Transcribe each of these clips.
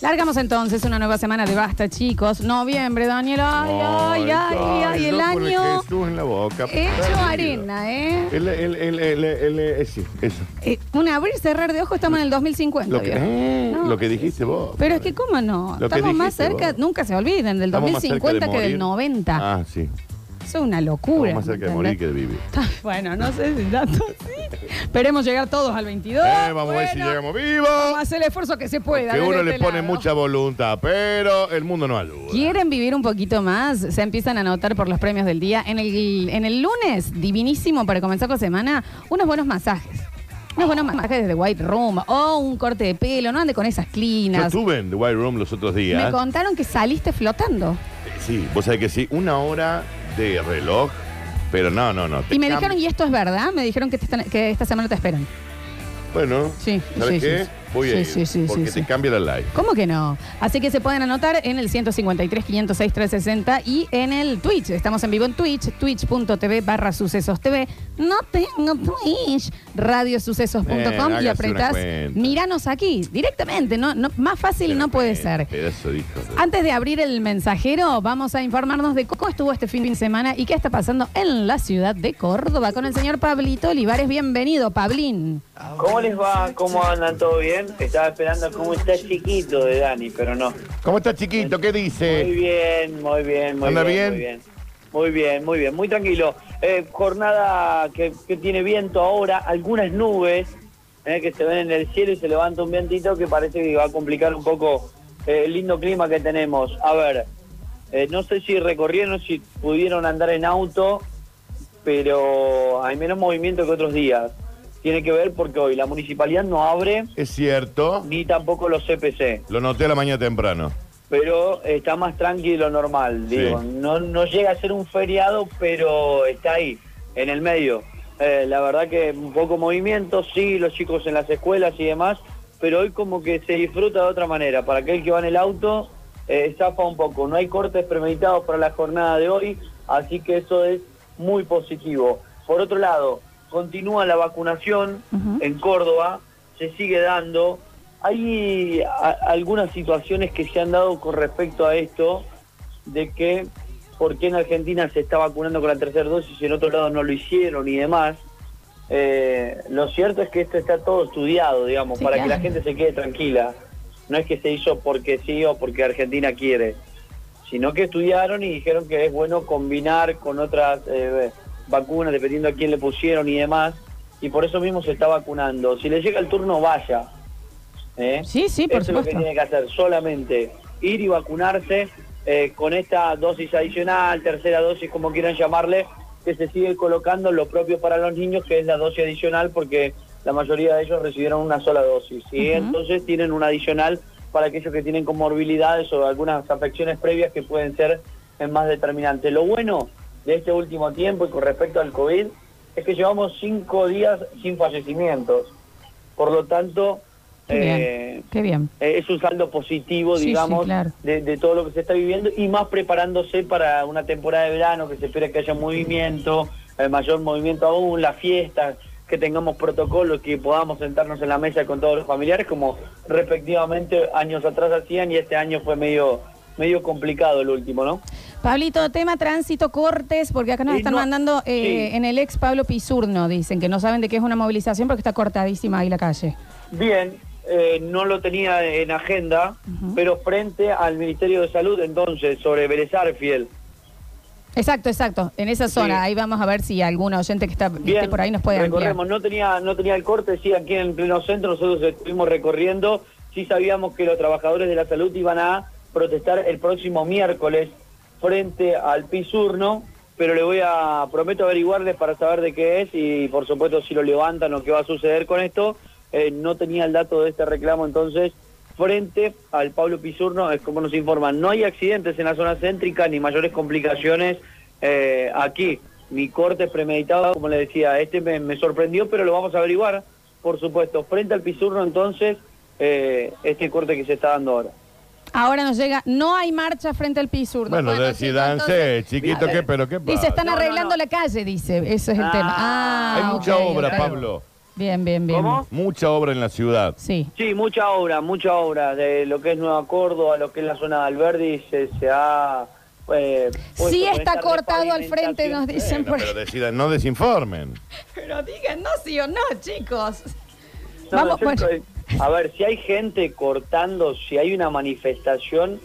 Largamos entonces una nueva semana de Basta, chicos. Noviembre, Daniel. Ay, ay, ay, ay, ay, el no con año Jesús en la boca. hecho perdido. arena, ¿eh? El, el, el, el, el- eh, sí, eso. Eh, Un abrir y cerrar de ojos estamos en el 2050. Lo que, viejo. eh, No, lo que sí, dijiste vos. Pero es que, ¿cómo no? Lo que Estamos más dijiste cerca, vos. nunca se olviden, del Estamos más cerca de 2050 que del morir. 90. Ah, sí. Eso es una locura. Estamos más cerca de ¿entendés? morir que de vivir. Bueno, no sé si tanto sí. Esperemos llegar todos al 22. Eh, vamos a ver si Bueno, llegamos Vamos a vivos. hacer el esfuerzo que se pueda. Que desde uno le este pone lado. mucha voluntad, pero el mundo no ayuda. ¿Quieren vivir un poquito más? Se empiezan a anotar por los premios del día. En el, en el lunes, divinísimo para comenzar la semana, unos buenos masajes. Unos buenos masajes desde White Room o un corte de pelo. No ande con esas Yo ¿eh? clinas. estuve en The White Room los otros Me días. Eh, contaron que saliste flotando. Sí, vos sabés que sí, una hora de reloj, pero no, no, no. te Y me cam- dijeron, y esto es verdad, me dijeron que, te están- que esta semana te esperan. Bueno, Sí, ¿sabes sí, qué? sí, sí. Voy Sí, a ir, sí, sí, porque sí, te sí. cambia la live. ¿Cómo que no? Así que se pueden anotar en el 153 506 360 y en el Twitch. Estamos en vivo en Twitch, twitch.tv barra sucesos TV. No tengo Twitch, Eh, radiosucesos.com y hágase una apretás cuenta. miranos aquí directamente. No, no- más fácil no puede ser. Pedazo de hijo de- Antes de abrir el mensajero, vamos a informarnos de cómo estuvo este fin de semana y qué está pasando en la ciudad de Córdoba con el señor Pablito Olivares. Bienvenido, Pablín. ¿Cómo les va? ¿Cómo andan? ¿Todo bien? Estaba esperando cómo está chiquito de Dani, pero no. ¿Cómo estás, chiquito? ¿Qué Muy dice? bien, muy bien, muy ¿Anda bien? bien, Muy bien, muy bien, muy bien, muy tranquilo. Eh, jornada que, que tiene viento ahora, algunas nubes eh, que se ven en el cielo y se levanta un vientito que parece que va a complicar un poco eh, el lindo clima que tenemos. A ver, eh, no sé si recorrieron, si pudieron andar en auto, pero hay menos movimiento que otros días. Tiene que ver porque hoy la municipalidad no abre Es cierto, ni tampoco los CPC lo noté a la mañana temprano. pero está más tranquilo de lo normal, Sí. digo, no, no llega a ser un feriado, pero está ahí, en el medio. Eh, la verdad que un poco movimiento, sí, los chicos en las escuelas y demás, pero hoy como que se disfruta de otra manera. Para aquel que va en el auto, eh, zafa un poco. No hay cortes premeditados para la jornada de hoy, así que eso es muy positivo. Por otro lado, continúa la vacunación Ujú. en Córdoba, se sigue dando. Hay a- algunas situaciones que se han dado con respecto a esto, de que por qué en Argentina se está vacunando con la tercera dosis y en otro lado no lo hicieron y demás. Eh, lo cierto es que esto está todo estudiado, digamos, Sí, para que claro. la gente se quede tranquila. No es que se hizo porque sí o porque Argentina quiere, sino que estudiaron y dijeron que es bueno combinar con otras eh, vacunas, dependiendo a quién le pusieron y demás, y por eso mismo se está vacunando. Si le llega el turno, vaya. ¿eh? Sí, sí, por Eso es lo que supuesto. tiene que hacer, solamente ir y vacunarse eh, con esta dosis adicional, tercera dosis, como quieran llamarle, que se sigue colocando lo propio para los niños, que es la dosis adicional, porque la mayoría de ellos recibieron una sola dosis. Y Ujú. entonces tienen una adicional para aquellos que tienen comorbilidades o algunas afecciones previas que pueden ser eh, más determinantes. Lo bueno de este último tiempo y con respecto al COVID es que llevamos cinco días sin fallecimientos. Por lo tanto, Qué bien. eh, Qué bien. eh, es un saldo positivo, Sí, sí, digamos, claro. de, de todo lo que se está viviendo y más preparándose para una temporada de verano que se espera que haya movimiento, eh, mayor movimiento aún, las fiestas, que tengamos protocolos, que podamos sentarnos en la mesa con todos los familiares, como respectivamente años atrás hacían y este año fue medio medio complicado el último, ¿no? Pablito, tema tránsito cortes, porque acá nos Sí, están no, mandando eh, sí. en el ex Pablo Pisurno, dicen que no saben de qué es una movilización porque está cortadísima ahí la calle. Bien, eh, no lo tenía en agenda, Ujú. pero frente al Ministerio de Salud entonces, sobre Vélez Arfiel, Exacto, exacto, en esa Sí. zona. Ahí vamos a ver si algún oyente que está que esté este por ahí nos puede ampliar. recorremos. No tenía, no tenía el corte, sí, aquí en pleno centro nosotros estuvimos recorriendo. Sí sabíamos que los trabajadores de la salud iban a protestar el próximo miércoles frente al pisurno, pero le voy a, prometo averiguarles para saber de qué es y por supuesto si lo levantan o qué va a suceder con esto. Eh, no tenía el dato de este reclamo, entonces frente al Pablo Pisurno, es como nos informan, no hay accidentes en la zona céntrica ni mayores complicaciones eh, aquí. Mi corte premeditado, como le decía, este me, me sorprendió, pero lo vamos a averiguar, por supuesto. Frente al Pisurno, entonces, eh, este corte que se está dando ahora. Ahora nos llega, no hay marcha frente al Pisurno. Bueno, decidanse, chiquito, a ¿qué? ver. Pero qué pasa. Dice, están No, no, arreglando no. la calle, dice. Ese es el Ah, tema. Ah, Hay mucha ok, obra, ok. Pablo. Bien, bien, bien. ¿Cómo? Mucha obra en la ciudad. Sí. Sí, mucha obra, mucha obra de lo que es Nueva Córdoba, lo que es la zona de Alberdi, se, se ha... eh, puesto Sí con está esta cortado al frente, nos repavimentación. dicen. Bueno, por- pero decidan, no desinformen. Pero digan no sí o no, chicos. Eh, No, Vamos, yo bueno. estoy- A ver, si hay gente cortando, si hay una manifestación,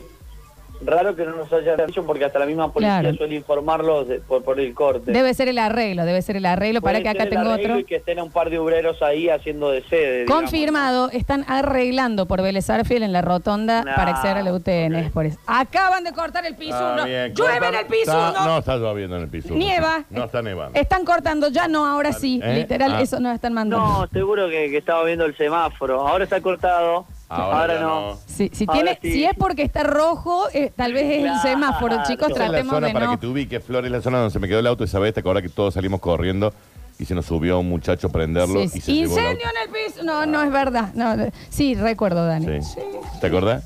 raro que no nos hayan dicho porque hasta la misma policía Claro. suele informarlos de- por, por el corte. Debe ser el arreglo, debe ser el arreglo. Para Puede que acá ser el tengo arreglo otro. y que estén un par de obreros ahí haciendo de sede. digamos, Confirmado, están arreglando por Vélez Arfiel en la rotonda Nah, para acceder a la UTN. ok. es por eso. Acaban de cortar el piso. Ah, uno. bien, Llueve en cortan- el piso. está- uno. No está lloviendo en el piso. uno, Nieva. sí. No está nevando. Están cortando, ya no, ahora sí. ¿Eh? Literal, Ah. eso nos están ¿no? mandando. No, seguro que, que estaba viendo el semáforo. Ahora está cortado, Ahora ahora, ya no. no. Si, si, Ahora tiene, sí. si es porque está rojo, eh, tal vez es el Claro. semáforo, chicos. Esa es la Tratemos zona de para no. que te ubiques, Flor, es la zona donde se me quedó el auto esa vez, te acordás que todos salimos corriendo y se nos subió un muchacho a prenderlo Sí, y sí. se llevó el Incendio auto. Ah. en el piso. No, no es verdad. No, no. Sí, recuerdo, Dani. Sí. ¿Te acordás?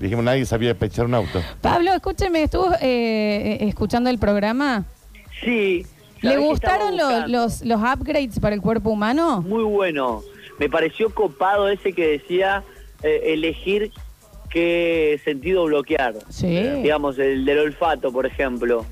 Dijimos, nadie sabía despechar un auto. Pablo, escúcheme, estuvo eh, eh, escuchando el programa. ¿Le Sí. ¿sabés qué estaba gustaron lo- buscando? los, los upgrades para el cuerpo humano? Muy bueno. Me pareció copado ese que decía eh, elegir qué sentido bloquear. Sí. Digamos, el del olfato, por ejemplo.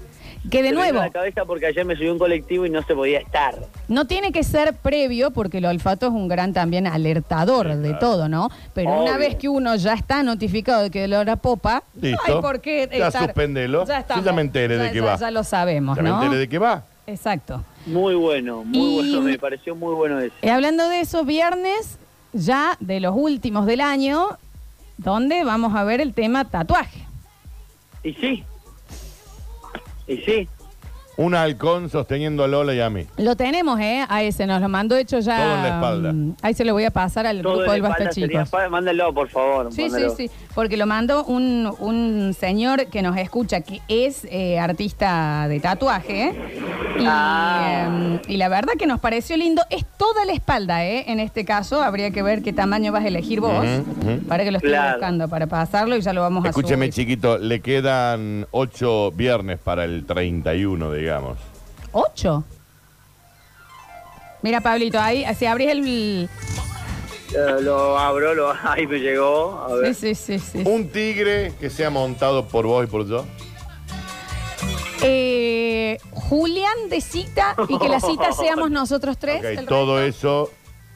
Que de Se me vino nuevo, a la cabeza porque ayer me subió un colectivo y no se podía estar. no tiene que ser previo, porque el olfato es un gran también alertador de todo, ¿no? Pero una Obvio. vez que uno ya está notificado de que olor a popa, Listo. no hay por qué Ya estar- suspendelo. Yo ya estamos. me enteré de Ya- qué ya- va. Ya lo sabemos, ¿Ya me ¿no? enteré de qué va? Exacto. Muy bueno, muy Y- bueno. Me pareció muy bueno ese. Y hablando de eso, viernes, ya de los últimos del año, donde vamos a ver el tema tatuaje. Y sí. Y sí. Un halcón sosteniendo a Lola y a mí. Lo tenemos, ¿eh? A ese nos lo mandó hecho ya. Todo en la espalda. mm, Ahí se lo voy a pasar al Todo grupo de del la Basta espalda sería- Chicos. pa- Mándalo, por favor. Sí, sí, mándalo. sí, porque lo mandó un, un señor que nos escucha, que es eh, artista de tatuaje. ¿eh? Y, Ah. em, y la verdad que nos pareció lindo. Es toda la espalda, ¿eh? En este caso, habría que ver qué tamaño vas a elegir vos. Ujú, ujú. Para que lo estés Claro. buscando, para pasarlo y ya lo vamos Escúcheme, a subir. chiquito, le quedan ocho viernes para el 31, digamos. ¿Ocho? Mira, Pablito, ahí, si abrís el... Eh, lo abro, lo... ahí me llegó. A ver. Sí, sí, sí, sí. Un tigre que sea montado por vos y por yo. Eh, Julián de cita y que la cita seamos nosotros tres. Ok, el todo resto. eso,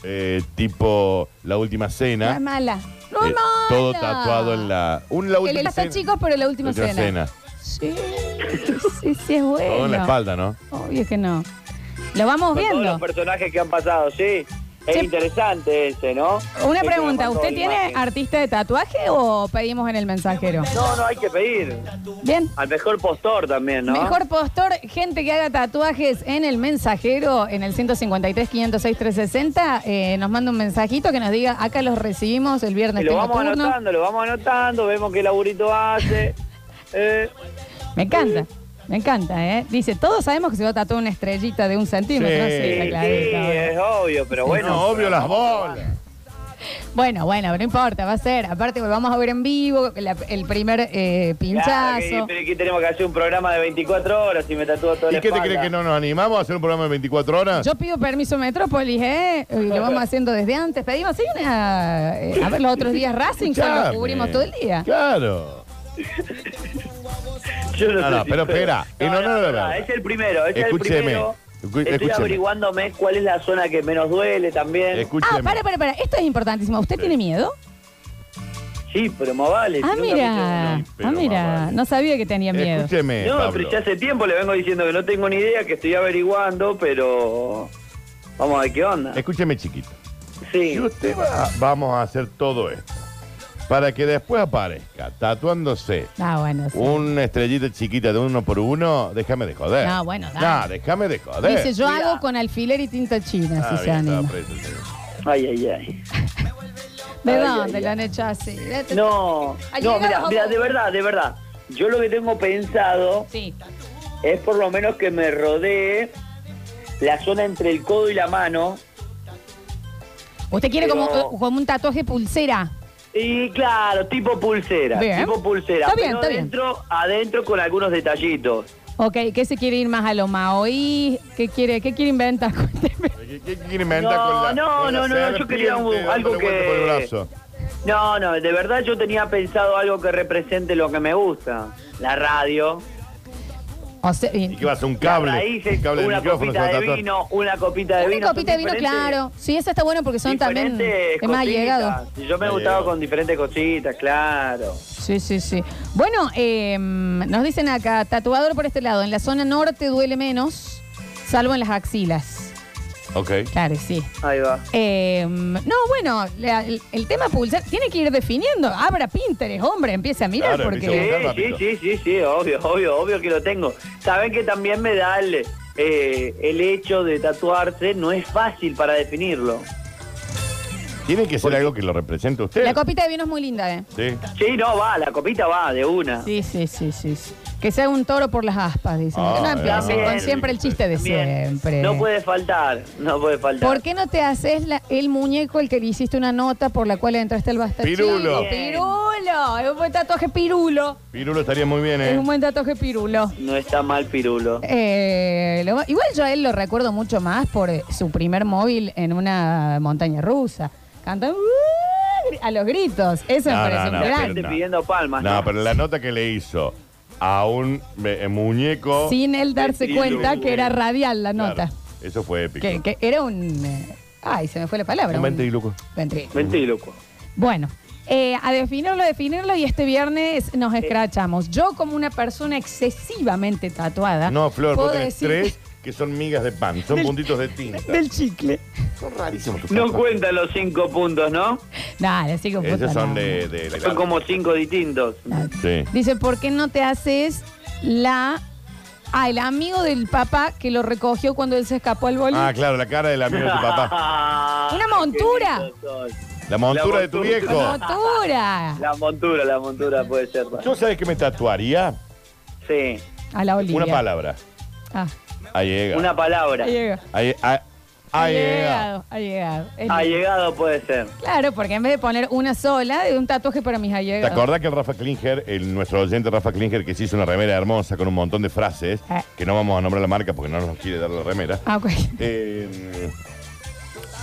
eh, tipo la última No cena. es mala. No Eh, es mala. Todo tatuado en la. Un, la El última enlace cena. chicos, pero la última, Última cena. cena. Sí, sí, sí, es bueno. Todo en la espalda, ¿no? Obvio que no. Lo vamos Con todos viendo. los personajes que han pasado, sí. Es Sí. interesante ese, ¿no? Una Ese pregunta, con toda ¿usted la tiene imagen. artista de tatuaje o pedimos en el mensajero? No, no, hay que pedir. Bien. Al mejor postor también, ¿no? Mejor postor, gente que haga tatuajes en el mensajero, en el 153 506 360, eh, nos manda un mensajito que nos diga, acá los recibimos el viernes Y lo tengo vamos turno. anotando, lo vamos anotando, vemos qué laburito hace. Eh, Me encanta, me encanta, ¿eh? Dice, todos sabemos que se va a tatuar una estrellita de un centímetro. Sí. ¿no? sí, está sí, clarito. es obvio, pero bueno. no, obvio, las bolas. Bueno, bueno, pero no importa, va a ser. Aparte, pues, vamos a ver en vivo la- el primer eh, Claro, que- pinchazo. pero aquí tenemos que hacer un programa de 24 horas y me tatúo todo ¿Y qué te crees que no nos animamos a hacer un programa de 24 horas? Yo pido permiso Metrópolis, ¿eh? Y lo vamos haciendo desde antes. Pedimos, sí, una... eh, a ver, los otros días Racing, solo lo Escuchame. cubrimos todo el día. Ah, Claro. Yo No, sé no, si pero puedo. espera, en honor a la verdad. Es el primero, es Escúcheme, el primero. escu- Estoy escúcheme. averiguándome cuál es la zona que menos duele también. Ah, Escúcheme. para, para, para. Esto es importantísimo. ¿Usted tiene miedo? sí, pero más vale. Ah, si nunca me mira. no, pero Ah, más mira. vale. No sabía que tenía miedo. Escúcheme, No, Eh, Pablo. pero ya hace tiempo le vengo diciendo que no tengo ni idea, que estoy averiguando, pero vamos a ver qué onda. Escúcheme, chiquito. Sí, Si usted va, vamos a hacer todo esto para que después aparezca tatuándose Ah, bueno, sí. una estrellita chiquita de uno por uno, déjame de joder. No, bueno, dale. No, déjame de joder. Dice, yo Mira. hago con alfiler y tinta china, Ah, si se bien, estaba anima. preso el señor. ay, ay, ay. ¿De Ay, dónde ay, lo ay. han hecho así? De- de- No, Ha no, llegado mira, a mira, vos. de verdad, de verdad. Yo lo que tengo pensado Sí. es por lo menos que me rodee la zona entre el codo y la mano. ¿Usted quiere como, Pero- eh, como un tatuaje pulsera? Y claro, tipo pulsera, Bien. tipo pulsera. Está bien, pero está bien. adentro, adentro con algunos detallitos. Ok, ¿qué se quiere ir más a lo maoí? ¿Qué quiere, qué quiere inventar? Cuénteme. ¿Qué, qué quiere inventar No, con la con la no, no, no, yo serpiente quería un- dándole algo vuelta que- por el brazo? No, no, de verdad yo tenía pensado algo que represente lo que me gusta. La radio, O sea, y- ¿Y qué vas? ¿Un las cable? raíces, ¿Un cable de una micrófono? se va a copita de tatuar. vino, una copita de una vino. copita de son vino, diferentes- claro. Sí, esa está bueno porque son también diferentes es más cositas. allegados. Y Yo me he Más gustado allegados. con diferentes cositas, claro. Sí, sí, sí. Bueno, eh, nos dicen acá, tatuador por este lado, en la zona norte duele menos, salvo en las axilas. Ok. Claro, sí. Ahí va. Eh, no, bueno, la- el, el tema pulsar tiene que ir definiendo. Abra Pinterest, hombre, empieza a mirar Claro, porque... Sí, empieza a buscar, sí, papito. sí, sí, sí, obvio, obvio, obvio que lo tengo. Saben que también me da el, eh, el hecho de tatuarse, no es fácil para definirlo. Tiene que ser algo que lo represente a usted. La copita de vino es muy linda, ¿eh? Sí. Sí, no, va, la copita va, de una. Sí, sí, sí, sí. sí. Que sea un toro por las aspas, dicen. Ah, No, empiecen también. con siempre el chiste de Bien. siempre. No puede faltar, no puede faltar. ¿Por qué no te haces la- el muñeco el que le hiciste una nota por la cual entraste al basta Pirulo. Chico? Pirulo. Es un buen tatuaje pirulo. Pirulo estaría muy bien, Es ¿eh? un buen tatuaje pirulo. No está mal Pirulo. Eh, lo- igual yo a él lo recuerdo mucho más por eh, su primer móvil en una montaña rusa. Canta "Uh", a los gritos. Eso No, me parece no, no, un pero gran. Gente pidiendo palmas, No, ¿no? pero la nota que le hizo a un eh, muñeco. Sin él darse Pirulo. cuenta que era radial la Claro, nota. Eso fue épico. Que, que era un. eh, ay, se me fue la palabra. Un ventríloco. ventríloco. Ventríloco. Bueno, eh, a definirlo, a definirlo, y este viernes nos escrachamos. Yo, como una persona excesivamente tatuada. No, Flor, puedo vos tenés decir tres que son migas de pan, son puntitos de tinta. Del chicle. Son rarísimos tus No tatuajes. cuentan los cinco puntos, ¿no? Nada, sigo Esos son de, de- de- Son como cinco distintos. Sí. Dice, ¿por qué no te haces la. Ah, el amigo del papá que lo recogió cuando él se escapó al boliche. Ah, claro, la cara del amigo de tu papá. Una montura. La montura de tu montura. viejo. ¡Motura! La montura, la montura puede ser. ¿Yo sabes que me tatuaría? Sí. A la Olivia. Una palabra. Ah, Ahí llega. Una palabra. ha llegado. Ahí, ah, ahí- ahí llega. Ha llegado. Es lindo. Allegado puede ser. Claro, porque en vez de poner una sola, de un tatuaje para mis ¿Te allegados. acordás que el Rafa Klinger, el, nuestro oyente Rafa Klinger, que se hizo una remera hermosa con un montón de frases, Ah. que no vamos a nombrar la marca porque no nos quiere dar la remera? Ah, ok. Eh,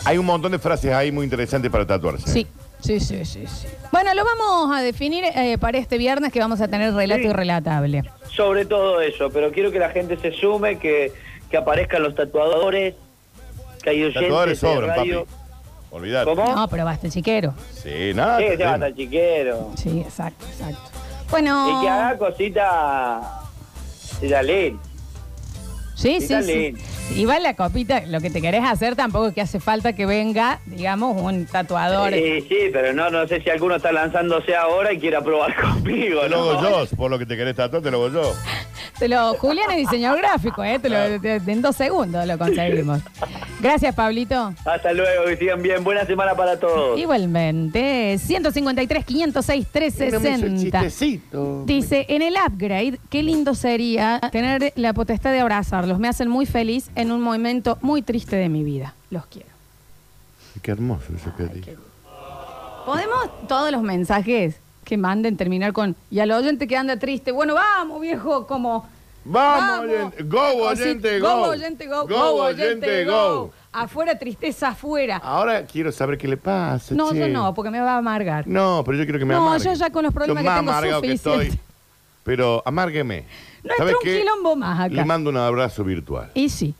hay un montón de frases ahí muy interesantes para tatuarse. Sí. Sí, sí, sí, sí. Bueno, lo vamos a definir eh, para este viernes que vamos a tener relato Sí. y relatable. Sobre todo eso, pero quiero que la gente se sume, que, que aparezcan los tatuadores, que hay oyentes Tatuadores de sobran, papi. radio. Olvidate. ¿Cómo? No, pero basta, chiquero. Sí, nada. Sí, te se va entiendo. hasta chiquero. Sí, exacto, exacto. Bueno. Y que haga cositas de la ley. Sí, sí, Está sí. lindo. Igual la copita, lo que te querés hacer tampoco es que hace falta que venga, digamos, un tatuador. Sí, Eh, sí, pero no, no sé si alguno está lanzándose ahora y quiera probar conmigo, Te lo ¿no? hago yo, por lo que te querés tatuar, te lo hago yo. Te lo, Julián es diseñador gráfico, ¿eh? Te lo, te- en dos segundos lo conseguimos. Gracias, Pablito. Hasta luego, que sigan bien. Buena semana para todos. Igualmente, 153, 506, No me hizo el 360. chistecito. Dice, en el upgrade, qué lindo sería tener la potestad de abrazarlos. Me hacen muy feliz en un momento muy triste de mi vida. Los quiero. Qué hermoso eso que dijo. ¿Podemos todos los mensajes que manden terminar con y al oyente que anda triste? Bueno, vamos, viejo, como. Vamos, oyente. Go, Así, oyente, go. oyente, Oh, go. Go, oyente, go. Ah, Afuera, tristeza, afuera. Ahora quiero saber qué le pasa. no, che. yo no, porque me va a amargar. No, pero yo quiero que me No, amargue. yo ya con los problemas Yo que más tengo amargado que suficiente. estoy. Pero amárgueme. No ¿Sabes entra un qué? quilombo más acá. Le mando un abrazo virtual. Y sí.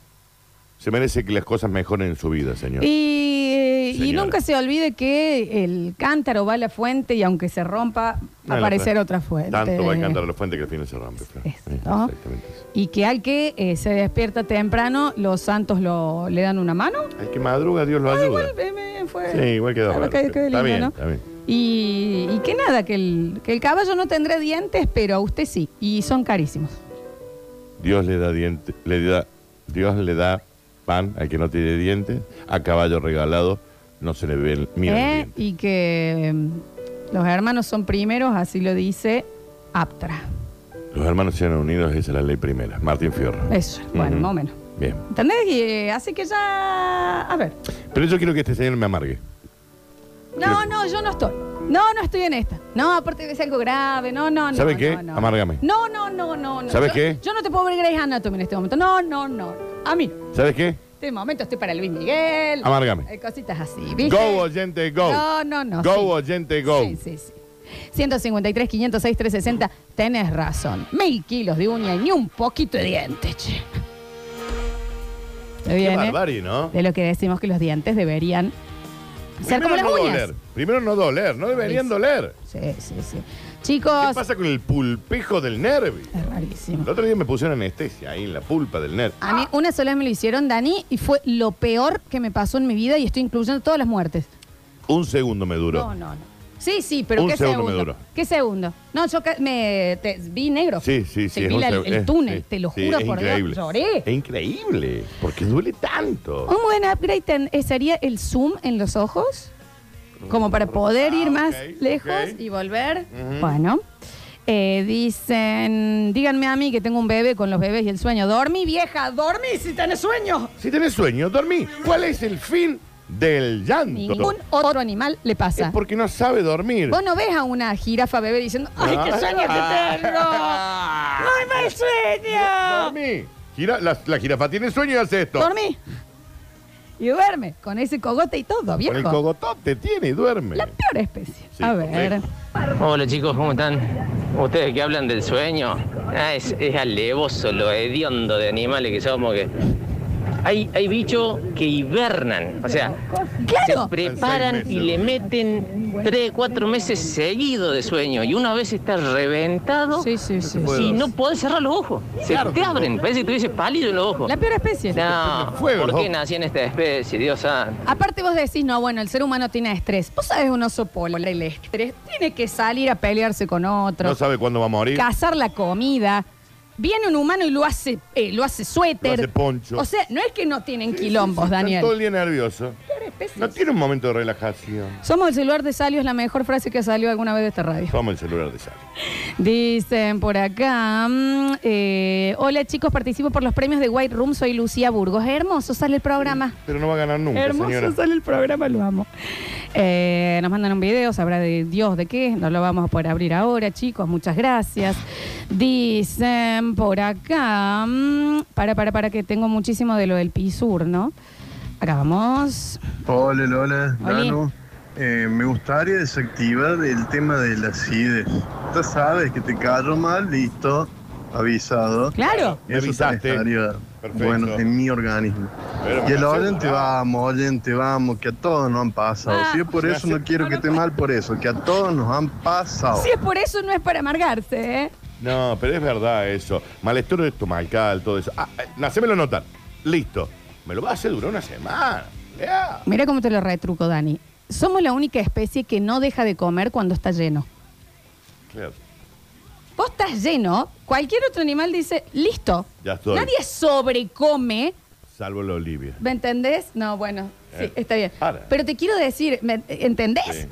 Se merece que las cosas mejoren en su vida, señor. Y, y Señora. nunca se olvide que el cántaro va a la fuente y aunque se rompa, No, va a aparecer la- otra fuente. Tanto va a encantar a la fuente que al final se rompe. Flor. Esto. Eh, Exactamente. eso. Y que al que eh, se despierta temprano, los santos lo, le dan una mano. Al que madruga, Dios lo Ah, ayuda. igual eh, me fue. Sí, igual quedó. Ah, raro, quedó- pero quedó está lindo, bien, ¿no? está bien. Y, y que nada, que el, que el caballo no tendrá dientes, pero a usted sí. Y son carísimos. Dios le da diente, le da, Dios le da pan al que no tiene dientes, a caballo regalado no se le ve el, mira el ¿Eh? diente. Y que em, los hermanos son primeros, así lo dice Aptra. Los hermanos sean unidos, esa es la ley primera. Martín Fierro. Eso, bueno, Ujú. más o menos. Bien. ¿Entendés? Y, eh, así que ya. A ver. Pero yo quiero que este señor me amargue. No, no, yo no estoy. No, no estoy en esta. No, aparte es algo grave. No, no, no. ¿Sabe no, qué? no. Amárgame. No, no, no, no. no. ¿Sabe Yo- qué? Yo no te puedo ver Grey's Anatomy en este momento. No, no, no. A mí. ¿Sabes qué? Te este momento estoy para Luis Miguel. Amárgame. Eh, cositas así, ¿viste? Ah, Go, oyente, go. No, no, no. Go, sí. oyente, go. Sí, sí, sí. 153, 506, 360. Tenés razón. Mil kilos de uña y ni un poquito de diente, che. Se Qué viene barbarie, ¿no? de lo que decimos que los dientes deberían ser como las no uñas. doler. Primero no doler, no deberían Sí. doler. Sí, sí, sí. ¿Qué Chicos, pasa con el pulpejo del nervio? es rarísimo. El otro día me pusieron anestesia ahí en la pulpa del nervio. A mí una sola vez me lo hicieron, Dani, y fue lo peor que me pasó en mi vida y estoy incluyendo todas las muertes. Un segundo me duró. No, no, no. Sí, sí, pero Un ¿qué segundo segundo? me duró. ¿Qué segundo? No, yo ca- me te- vi negro. Sí, sí, sí. Te es vi un la- seg- el es- túnel, sí, te lo sí, juro es por increíble. Dios. Lloré. Oh. Es increíble, porque duele tanto. Un buen upgrade ten- eh, sería el zoom en los ojos, como para poder Ah, ir más ok, lejos ok. y volver. Ujú. Bueno, eh, dicen, díganme a mí que tengo un bebé con los bebés y el sueño. Dormí, vieja, dormí si tenés sueño. Si tenés sueño, dormí. ¿Cuál es el fin del llanto? Ningún otro animal le Es pasa. porque no sabe dormir. Vos no ves a una jirafa bebé diciendo, ¡ay, qué sueño que Ah. tengo! ¡Ay, mal sueño! Dormí. Gira- la, la jirafa tiene sueño y hace esto. Dormí. Y duerme, con ese cogote y todo, Con el viejo. cogotote tiene y duerme. La peor especie. Sí, a ver. correcto. Hola chicos, ¿cómo están? Ustedes que hablan del sueño, ah, es, es alevoso lo hediondo de animales que somos que. Hay, hay bichos que hibernan, o sea, Claro. se preparan En seis meses, y le boludo. meten tres, cuatro meses seguidos de sueño y una vez está reventado Sí, sí, sí. puede y dormir. no podés cerrar los ojos. Se Claro. te abren, parece que tuviese pálido en los ojos. La peor especie. No, prende fuego los ¿por qué ojos. nací en esta especie, Dios santo? Aparte vos decís, no, bueno, el ser humano tiene estrés. Vos sabés un oso polar, el estrés. Tiene que salir a pelearse con otro, No sabe cuándo va a morir. cazar la comida. Viene un humano y lo hace, eh, lo hace suéter. Lo hace poncho. O sea, no es que no tienen Sí, quilombos, sí, están Daniel. Todo el día nervioso. especies. No tiene un momento de relajación. Somos el celular de Salio, es la mejor frase que salió alguna vez de esta radio. Toma el celular de Sally. Dicen por acá, mm, eh, hola chicos, participo por los premios de White Room, soy Lucía Burgos. Hermoso sale el programa. Pero no va a ganar nunca, Hermoso señora. sale el programa, lo amo. Eh, nos mandan un video, sabrá de Dios de qué, no lo vamos a poder abrir ahora, chicos, muchas gracias. Dicen por acá, mm, para, para, para, que tengo muchísimo de lo del PISUR, ¿no? Acá vamos. Hola Lola, Hola. Danu. Eh, me gustaría desactivar el tema de las CIDES. Ya sabes que te carro mal, listo, avisado. Claro. Me Eso avisaste. estaría Perfecto. Bueno, en mi organismo. Pero y me el hace oyente, dudar. vamos, oyente, vamos, que a todos nos han pasado. Ah. Si es por Me eso, hace- no quiero que esté mal por eso, que a todos nos han pasado. Si es por eso, no es para amargarse, ¿eh? No, pero es verdad eso. Malestar estomacal, todo eso. Ah, eh, hacémelo notar. Listo. Me lo va a hacer durar una semana. Ya. Mira cómo te lo retruco, Dani. Somos la única especie que no deja de comer cuando está lleno. Claro. Vos estás lleno, cualquier otro animal dice, listo. Ya estoy. Nadie sobrecome, Salvo la Olivia. ¿me entendés? No, bueno, sí, Eh, está bien. para. Pero te quiero decir, ¿me entendés? Sí.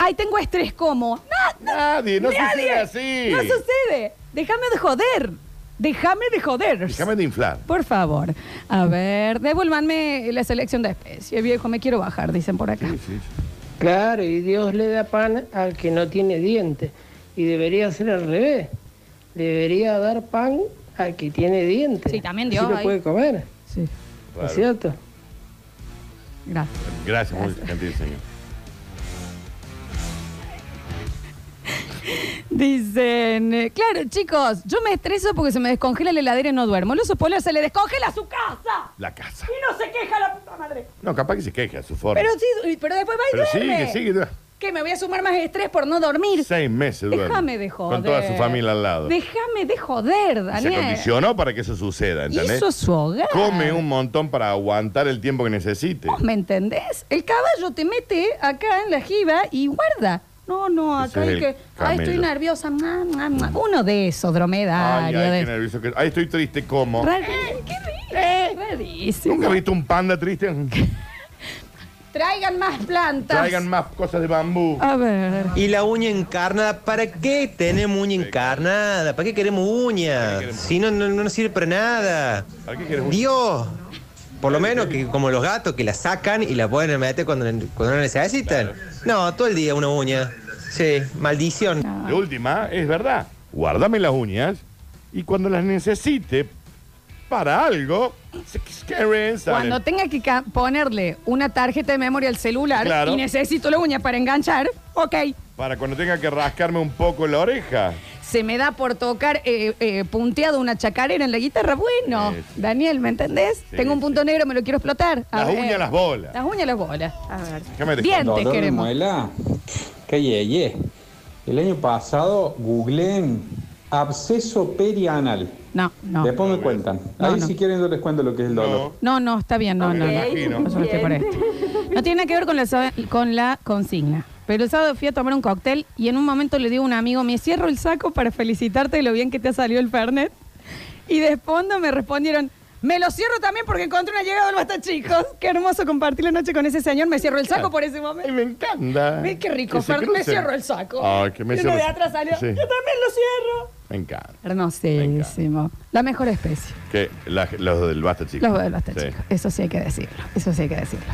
Ay, tengo estrés, ¿cómo? No, no, Nadie, no nadie. sucede así. No sucede. Déjame de joder. Déjame de joder. Déjame de inflar. Por favor. A ver, devuélvanme la selección de especies, viejo. Me quiero bajar, dicen por acá. Sí, sí, sí. Claro, y Dios le da pan al que no tiene dientes. Y debería ser al revés. Debería dar pan al que tiene dientes. Sí, también Así Dios lo ahí. puede comer, Sí, ¿no es Claro. cierto? gracias. Gracias, muy gentil, señor. Dicen, eh, claro, chicos, yo me estreso porque se me descongela la heladera y no duermo. El oso polar se le descongela su casa La casa. y no se queja la puta madre. No, capaz que se queje a su forma. Pero sí, pero después va y Pero duerme. sigue, sigue. duerme. Que me voy a sumar más estrés por no dormir. Seis meses duerme. Déjame de joder. Con toda su familia al lado. Déjame de joder, Y Se Daniel. condicionó para que eso suceda, Y ¿entendés? eso es su hogar. Come un montón para aguantar el tiempo que necesite. ¿Vos me entendés? El caballo te mete acá en la jiba y guarda. No, no, Ese acá es hay el que. Ay, camello. estoy nerviosa. mua, mua, mua. Uno de esos, Ay, dromedario. ay, de qué nervioso que... Ay, estoy triste, ¿cómo? Rari- qué rico, rarísimo. ¿Nunca he visto un panda triste? Traigan más plantas. Traigan más cosas de bambú. A ver. Y la uña encarnada, ¿para qué tenemos uña encarnada? ¿Para qué queremos uña? Si no, no, no nos sirve para nada. ¿Para qué quieres un- Dios, por lo menos que como los gatos que la sacan y la pueden meter cuando, cuando no necesitan. No, todo el día una uña. Sí, maldición. De última, es verdad. Guárdame las uñas y cuando las necesite, para algo, se- Karen, ¿saben? Cuando tenga que ca- ponerle una tarjeta de memoria al celular Claro. y necesito la uña para enganchar, ok. Para cuando tenga que rascarme un poco la oreja. Se me da por tocar eh, eh, punteado una chacarera en la guitarra. Bueno, Sí, sí. Daniel, ¿me entendés? Sí, Tengo un punto negro, me lo quiero explotar. A Las ver. uñas, las bolas. Las uñas, las bolas. A Déjame ver. de- Dientes Dolor de queremos. muela, que yeye. El año pasado googleen absceso perianal. No, no. Después me cuentan. No, Ahí no. si quieren yo les cuento lo que es el dolor. No. No, no, está bien, no, Me no, no. imagino. Yo no estoy por esto. No tiene nada que ver con la, sa- con la consigna. Pero el sábado fui a tomar un cóctel y en un momento le digo a un amigo, me cierro el saco para felicitarte de lo bien que te ha salido el Fernet. Y de fondo me respondieron, me lo cierro también porque encontré una llegada al Basta Chicos. Qué hermoso compartir la noche con ese señor. Me cierro el saco por ese Ay, momento. me encanta. Ve qué rico, Que se Fer, me crucen. cierro el saco. Ay, que me y uno cierro- de atrás salió, yo Sí, también lo cierro. Me encanta. Hermosísimo. La mejor especie. Que la- los del basta, chicos. Los de los tachicos. Eso sí hay que decirlo. Eso sí hay que decirlo.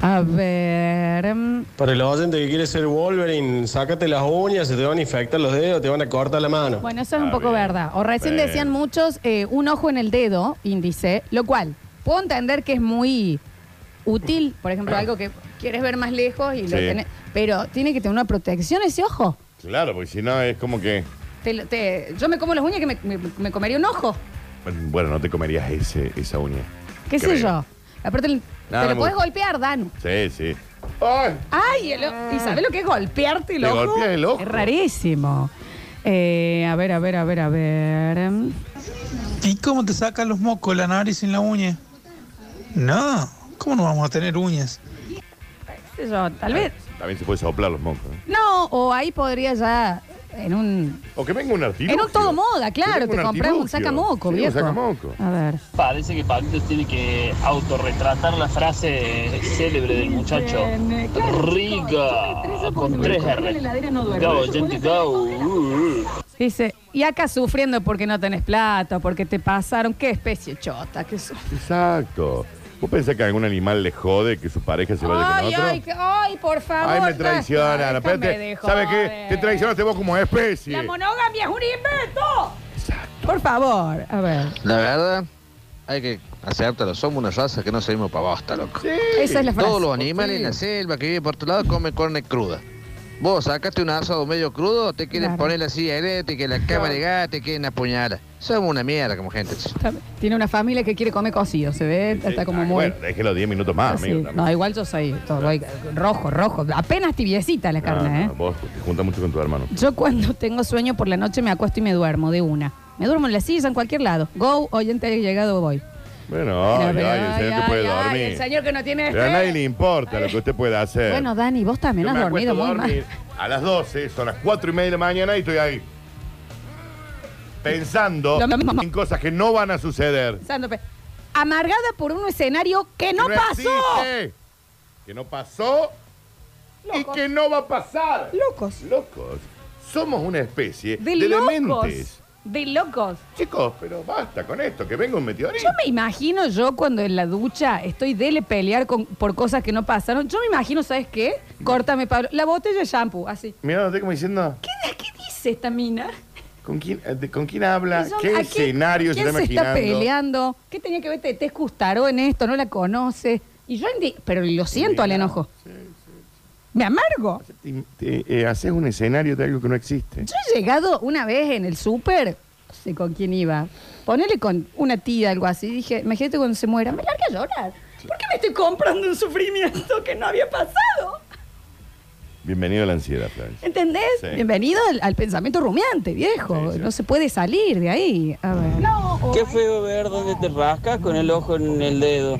A ver. mm, Para el oyente que quiere ser Wolverine, sácate las uñas, se te van a infectar los dedos, te van a cortar la mano. Bueno, eso es un Está poco Ah, bien. verdad. O recién Bien. decían muchos eh, un ojo en el dedo índice, lo cual puedo entender que es muy útil. Por ejemplo, algo que quieres ver más lejos y lo Sí. tenés. Pero tiene que tener una protección ese ojo. Claro, porque si no es como que. Te lo- te- yo me como las uñas que me, me- me comería un ojo. Bueno, no te comerías ese, esa uña. ¿Qué sé Creo. yo? Aparte, el- Nada, te no lo me puedes gusta. golpear, Danu. Sí, sí. ¡Ay! Ay, el o- ¿y sabes lo que es golpearte el Te ojo? golpeas el ojo. Es rarísimo. Eh, a ver, a ver, a ver, a ver. ¿Y cómo te sacan los mocos la nariz sin la uña? No, ¿cómo no vamos a tener uñas? Qué sé Yo, tal vez. También se puede soplar los mocos. ¿eh? No, o ahí podría ya en un O que venga un artilugio. en un todo moda, Que claro, venga te compras un artilugio. sacamoco, Sí, viejo. Un sacamoco. A ver. Parece que Pablitos tiene que autorretratar la frase célebre del muchacho. Rica, con tres R. Go, gente, go. Uh, uh. Dice, y acá sufriendo porque no tenés plata, porque te pasaron, qué especie chota, que su- Exacto. ¿Vos pensás que a algún animal le jode que su pareja se vaya Ay, con otro? ay, que- ay, por favor. Ay, me basta, traicionaron. déjame Espérate, de ¿sabes qué? joder. Te traicionaste vos como especie. La monogamia es un invento. Por favor, a ver. La verdad, hay que aceptarlo. Somos una raza que no seguimos para bosta, loco. Esa es la frase. Todos los animales en la selva que viven por tu lado comen carne cruda. Vos sacaste un asado medio crudo, te quieren Claro. poner la silla eléctrica, la cama de gato, te quieren apuñalar. Somos una mierda como gente. che. Tiene una familia que quiere comer cocido, se ve, Sí, está como ay, muy... Bueno, déjelo 10 minutos más, Sí, amigo. No, también. igual yo soy todo, voy- rojo, rojo. Apenas tibiecita la carne, Ah, No, ¿eh? no, Vos te juntas mucho con tu hermano. Yo cuando tengo sueño por la noche me acuesto y me duermo de una. Me duermo en la silla, en cualquier lado. Go, oyente ha llegado, voy. Bueno, ay, ay, el señor que puede ay, dormir. el señor que no tiene... Pero a fe. nadie le importa lo que usted pueda hacer. Bueno, Dani, vos también Yo has me dormido muy acuesto a mal. dormir A las 12, son las 4 y media de la mañana y estoy ahí. Pensando Lo mismo. en cosas que no van a suceder. Sándope. Amargada por un escenario que no, Que pasó. existe, que no pasó y que no va a pasar. Locos. Locos. Somos una especie De, de, locos. dementes. De locos. Chicos, pero basta con esto, que venga un meteorito. Yo me imagino yo cuando en la ducha estoy dele pelear con- por cosas que no pasaron. Yo me imagino, ¿sabes qué? Córtame, Pablo. La botella de shampoo, así. Mirándote como diciendo, ¿Qué, qué dice esta mina? ¿con quién, eh, de- con quién habla? Yo- ¿Qué ¿a escenario quién se está está imaginando? peleando? ¿Qué tenía que ver te, te Taró en esto? No la conoce. Y yo, indi- pero lo siento al enojo. Me amargo. Te- te, eh, haces un escenario de algo que no existe. Yo he llegado una vez en el súper, no sé con quién iba, ponele con una tía, algo así, dije, imagínate cuando se muera, me larga a llorar. ¿Por qué me estoy comprando un sufrimiento que no había pasado? Bienvenido a la ansiedad, Florencia. ¿Entendés? Sí. Bienvenido al, al pensamiento rumiante, viejo. Sí, sí. No se puede salir de ahí. A ver. Qué feo ver dónde te rascas con el ojo en el dedo.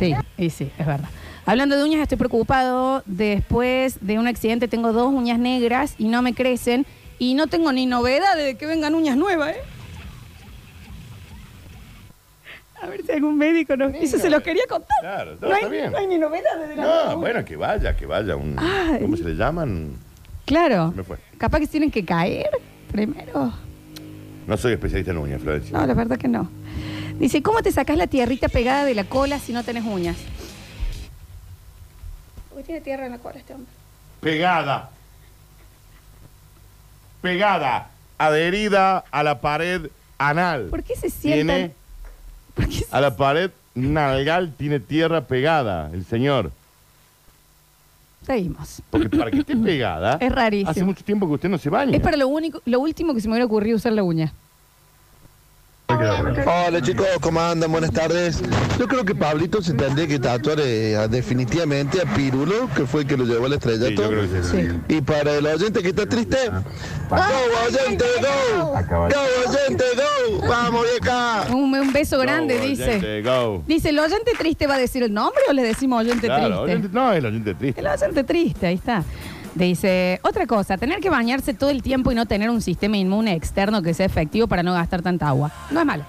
Sí, y sí, es verdad. Hablando de uñas, estoy preocupado. Después de un accidente tengo dos uñas negras y no me crecen. Y no tengo ni novedad de que vengan uñas nuevas, ¿eh? A ver si algún médico nos... Eso se los quería contar. Claro, no, no, hay, está bien. no hay ni novedades de la No, bueno, que vaya, que vaya. Un, Ay. ¿Cómo se le llaman? Claro. Me fue. Capaz que tienen que caer primero. No soy especialista en uñas, Florencia. No, la verdad que no. Dice, ¿cómo te sacas la tierrita pegada de la cola si no tenés uñas? Porque tiene tierra en la cola este hombre. Pegada. Pegada. Adherida a la pared anal. ¿Por qué se sientan? Tiene A la pared nalgal tiene tierra pegada, el señor. Seguimos. Porque para que esté pegada. Es rarísimo. Hace mucho tiempo que usted no se baña. Es para lo único, lo último que se me hubiera ocurrido usar la uña. Hola chicos, ¿cómo andan? Buenas tardes. Yo creo que Pablito se tendría que tatuar eh, a- definitivamente a Pirulo, que fue el que lo llevó al estrellato. Y para el oyente que está triste, ¡Go oyente, go! ¡Go oyente, go! ¡Vamos de acá! Un, un beso grande, dice. Dice, ¿el oyente triste va a decir el nombre o le decimos oyente triste? Claro, oyente- no, es la gente triste. El oyente triste, ahí está. Dice, otra cosa, tener que bañarse todo el tiempo y no tener un sistema inmune externo que sea efectivo para no gastar tanta agua. No es malo.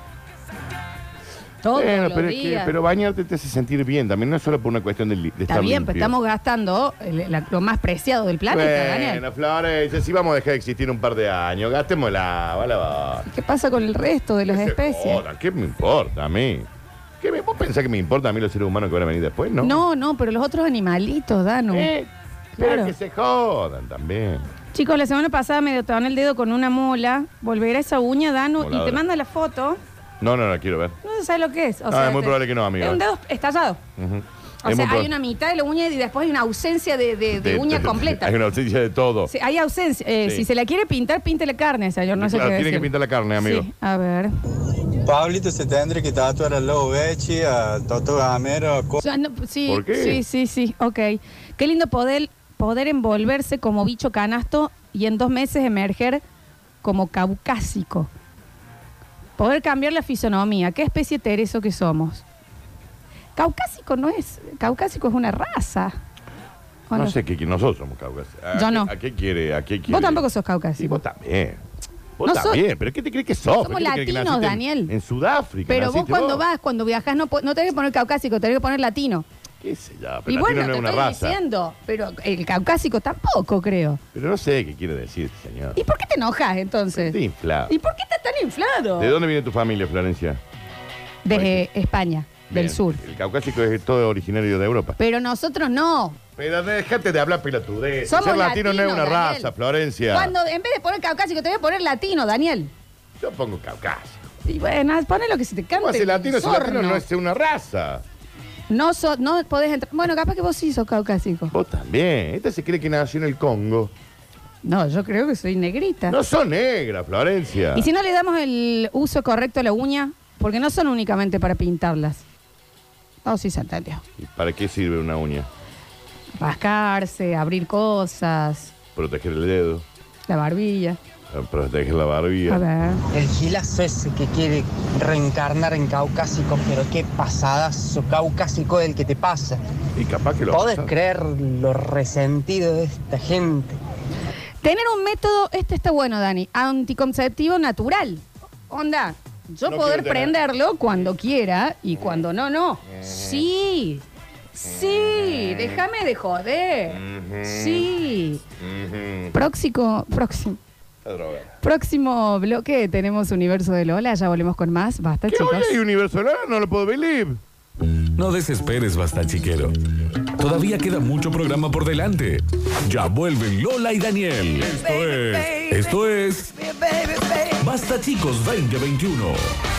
Todos Bueno, los pero, es que- días. pero bañarte te hace sentir bien también, no es solo por una cuestión de, li- está de estar bien, pero limpio. estamos gastando el- la- lo más preciado del planeta, Daniel. Bueno, Florencia, si vamos a dejar de existir un par de años, gastemos el agua, la va. ¿Qué pasa con el resto de las Pues especies? Joda, ¿Qué me importa a mí? ¿Qué me, ¿Vos pensás que me importa a mí los seres humanos que van a venir después? No. No. no, pero los otros animalitos, Danu. Eh, Pero claro. que se jodan también. Chicos, la semana pasada me detonó el dedo con una mola. Volverá esa uña, Danu, y Moladora. te manda la foto. No, no, no, quiero ver. No se sabe lo que es. O No, sea, Ah, es muy te- probable que no, amigo. Es un dedo estallado. Ujú. O Es muy sea, hay prob- una mitad de la uña y después hay una ausencia de, de- de de- uña de- completa. Hay una ausencia de todo. Sí, hay ausencia. Eh, Sí. Si se la quiere pintar, pinte la carne, señor. No sé Claro, qué tiene que decir. pintar la carne, amigo. Sí, a ver. Pablito se tendría que tatuar a Lobo Becci, a Toto Gamero, a Co- O sea, no, sí, ¿Por qué? sí, sí, sí. Ok. Qué lindo poder, poder envolverse como bicho canasto y en dos meses emerger como caucásico. Poder cambiar la fisonomía. ¿Qué especie tereso que somos? Caucásico no es. Caucásico es una raza. ¿O No no? sé qué qui- nosotros somos caucas. ¿A Yo qué- no. ¿A qué quiere? ¿A qué quiere? Vos tampoco sos caucásico. Vos también. Vos No so- también. ¿Pero qué te crees que sos? Somos ¿Pero qué te crees que latinos, naciste en- Daniel. En, Sudáfrica. Pero vos naciste cuando vas, cuando viajas, no, po- no tenés que poner caucásico, tenés que poner latino. ¿Qué sé yo? Pero Y latino bueno, no te es una estoy raza. diciendo, pero el caucásico tampoco, creo. Pero no sé qué quiere decir, este señor. ¿Y por qué te enojas entonces? Te infla. ¿Y pues. por qué estás tan inflado? ¿De dónde viene tu familia, Florencia? Desde España, Bien. del sur. El caucásico es todo originario de Europa. Pero nosotros no. Pero déjate de hablar pilatudez. Somos Ser latino no es latinos, una Daniel. raza, Florencia. Cuando en vez de poner caucásico, te voy a poner latino, Daniel. Yo pongo caucásico. Y bueno, poné lo que se te cante. ¿Cómo hace el latino si latino sorno. no es una raza? No, so- no podés entrar. Bueno, capaz que vos sí sos caucásico. Vos también. Esta se cree que nació en el Congo. No, yo creo que soy negrita. No son negras, Florencia. Y si no le damos el uso correcto a la uña, porque no son únicamente para pintarlas. Oh, sí, se entendió. ¿Y ¿Para qué sirve una uña? Rascarse, abrir cosas, Proteger el dedo, la barbilla. eh, proteger la A barbilla. ver. El gilazo ese que quiere reencarnar en caucásico, pero qué pasadazo caucásico el que te pasa. Y capaz que lo ¿Podés pasado. creer lo resentido de esta gente? Tener un método, este está bueno, Dani, anticonceptivo natural. Onda, yo No poder quiero tener. Eh. prenderlo cuando quiera y cuando no, no. Sí, sí, déjame de joder. Sí. Próxico, próximo. La droga. Próximo bloque tenemos Universo de Lola, ya volvemos con más. Basta, chicos. Oye, y universo Lola no lo puedo believe. No desesperes, basta chiquero. Todavía queda mucho programa por delante. Ya vuelven Lola y Daniel. Esto es. Esto es. Basta chicos 2021.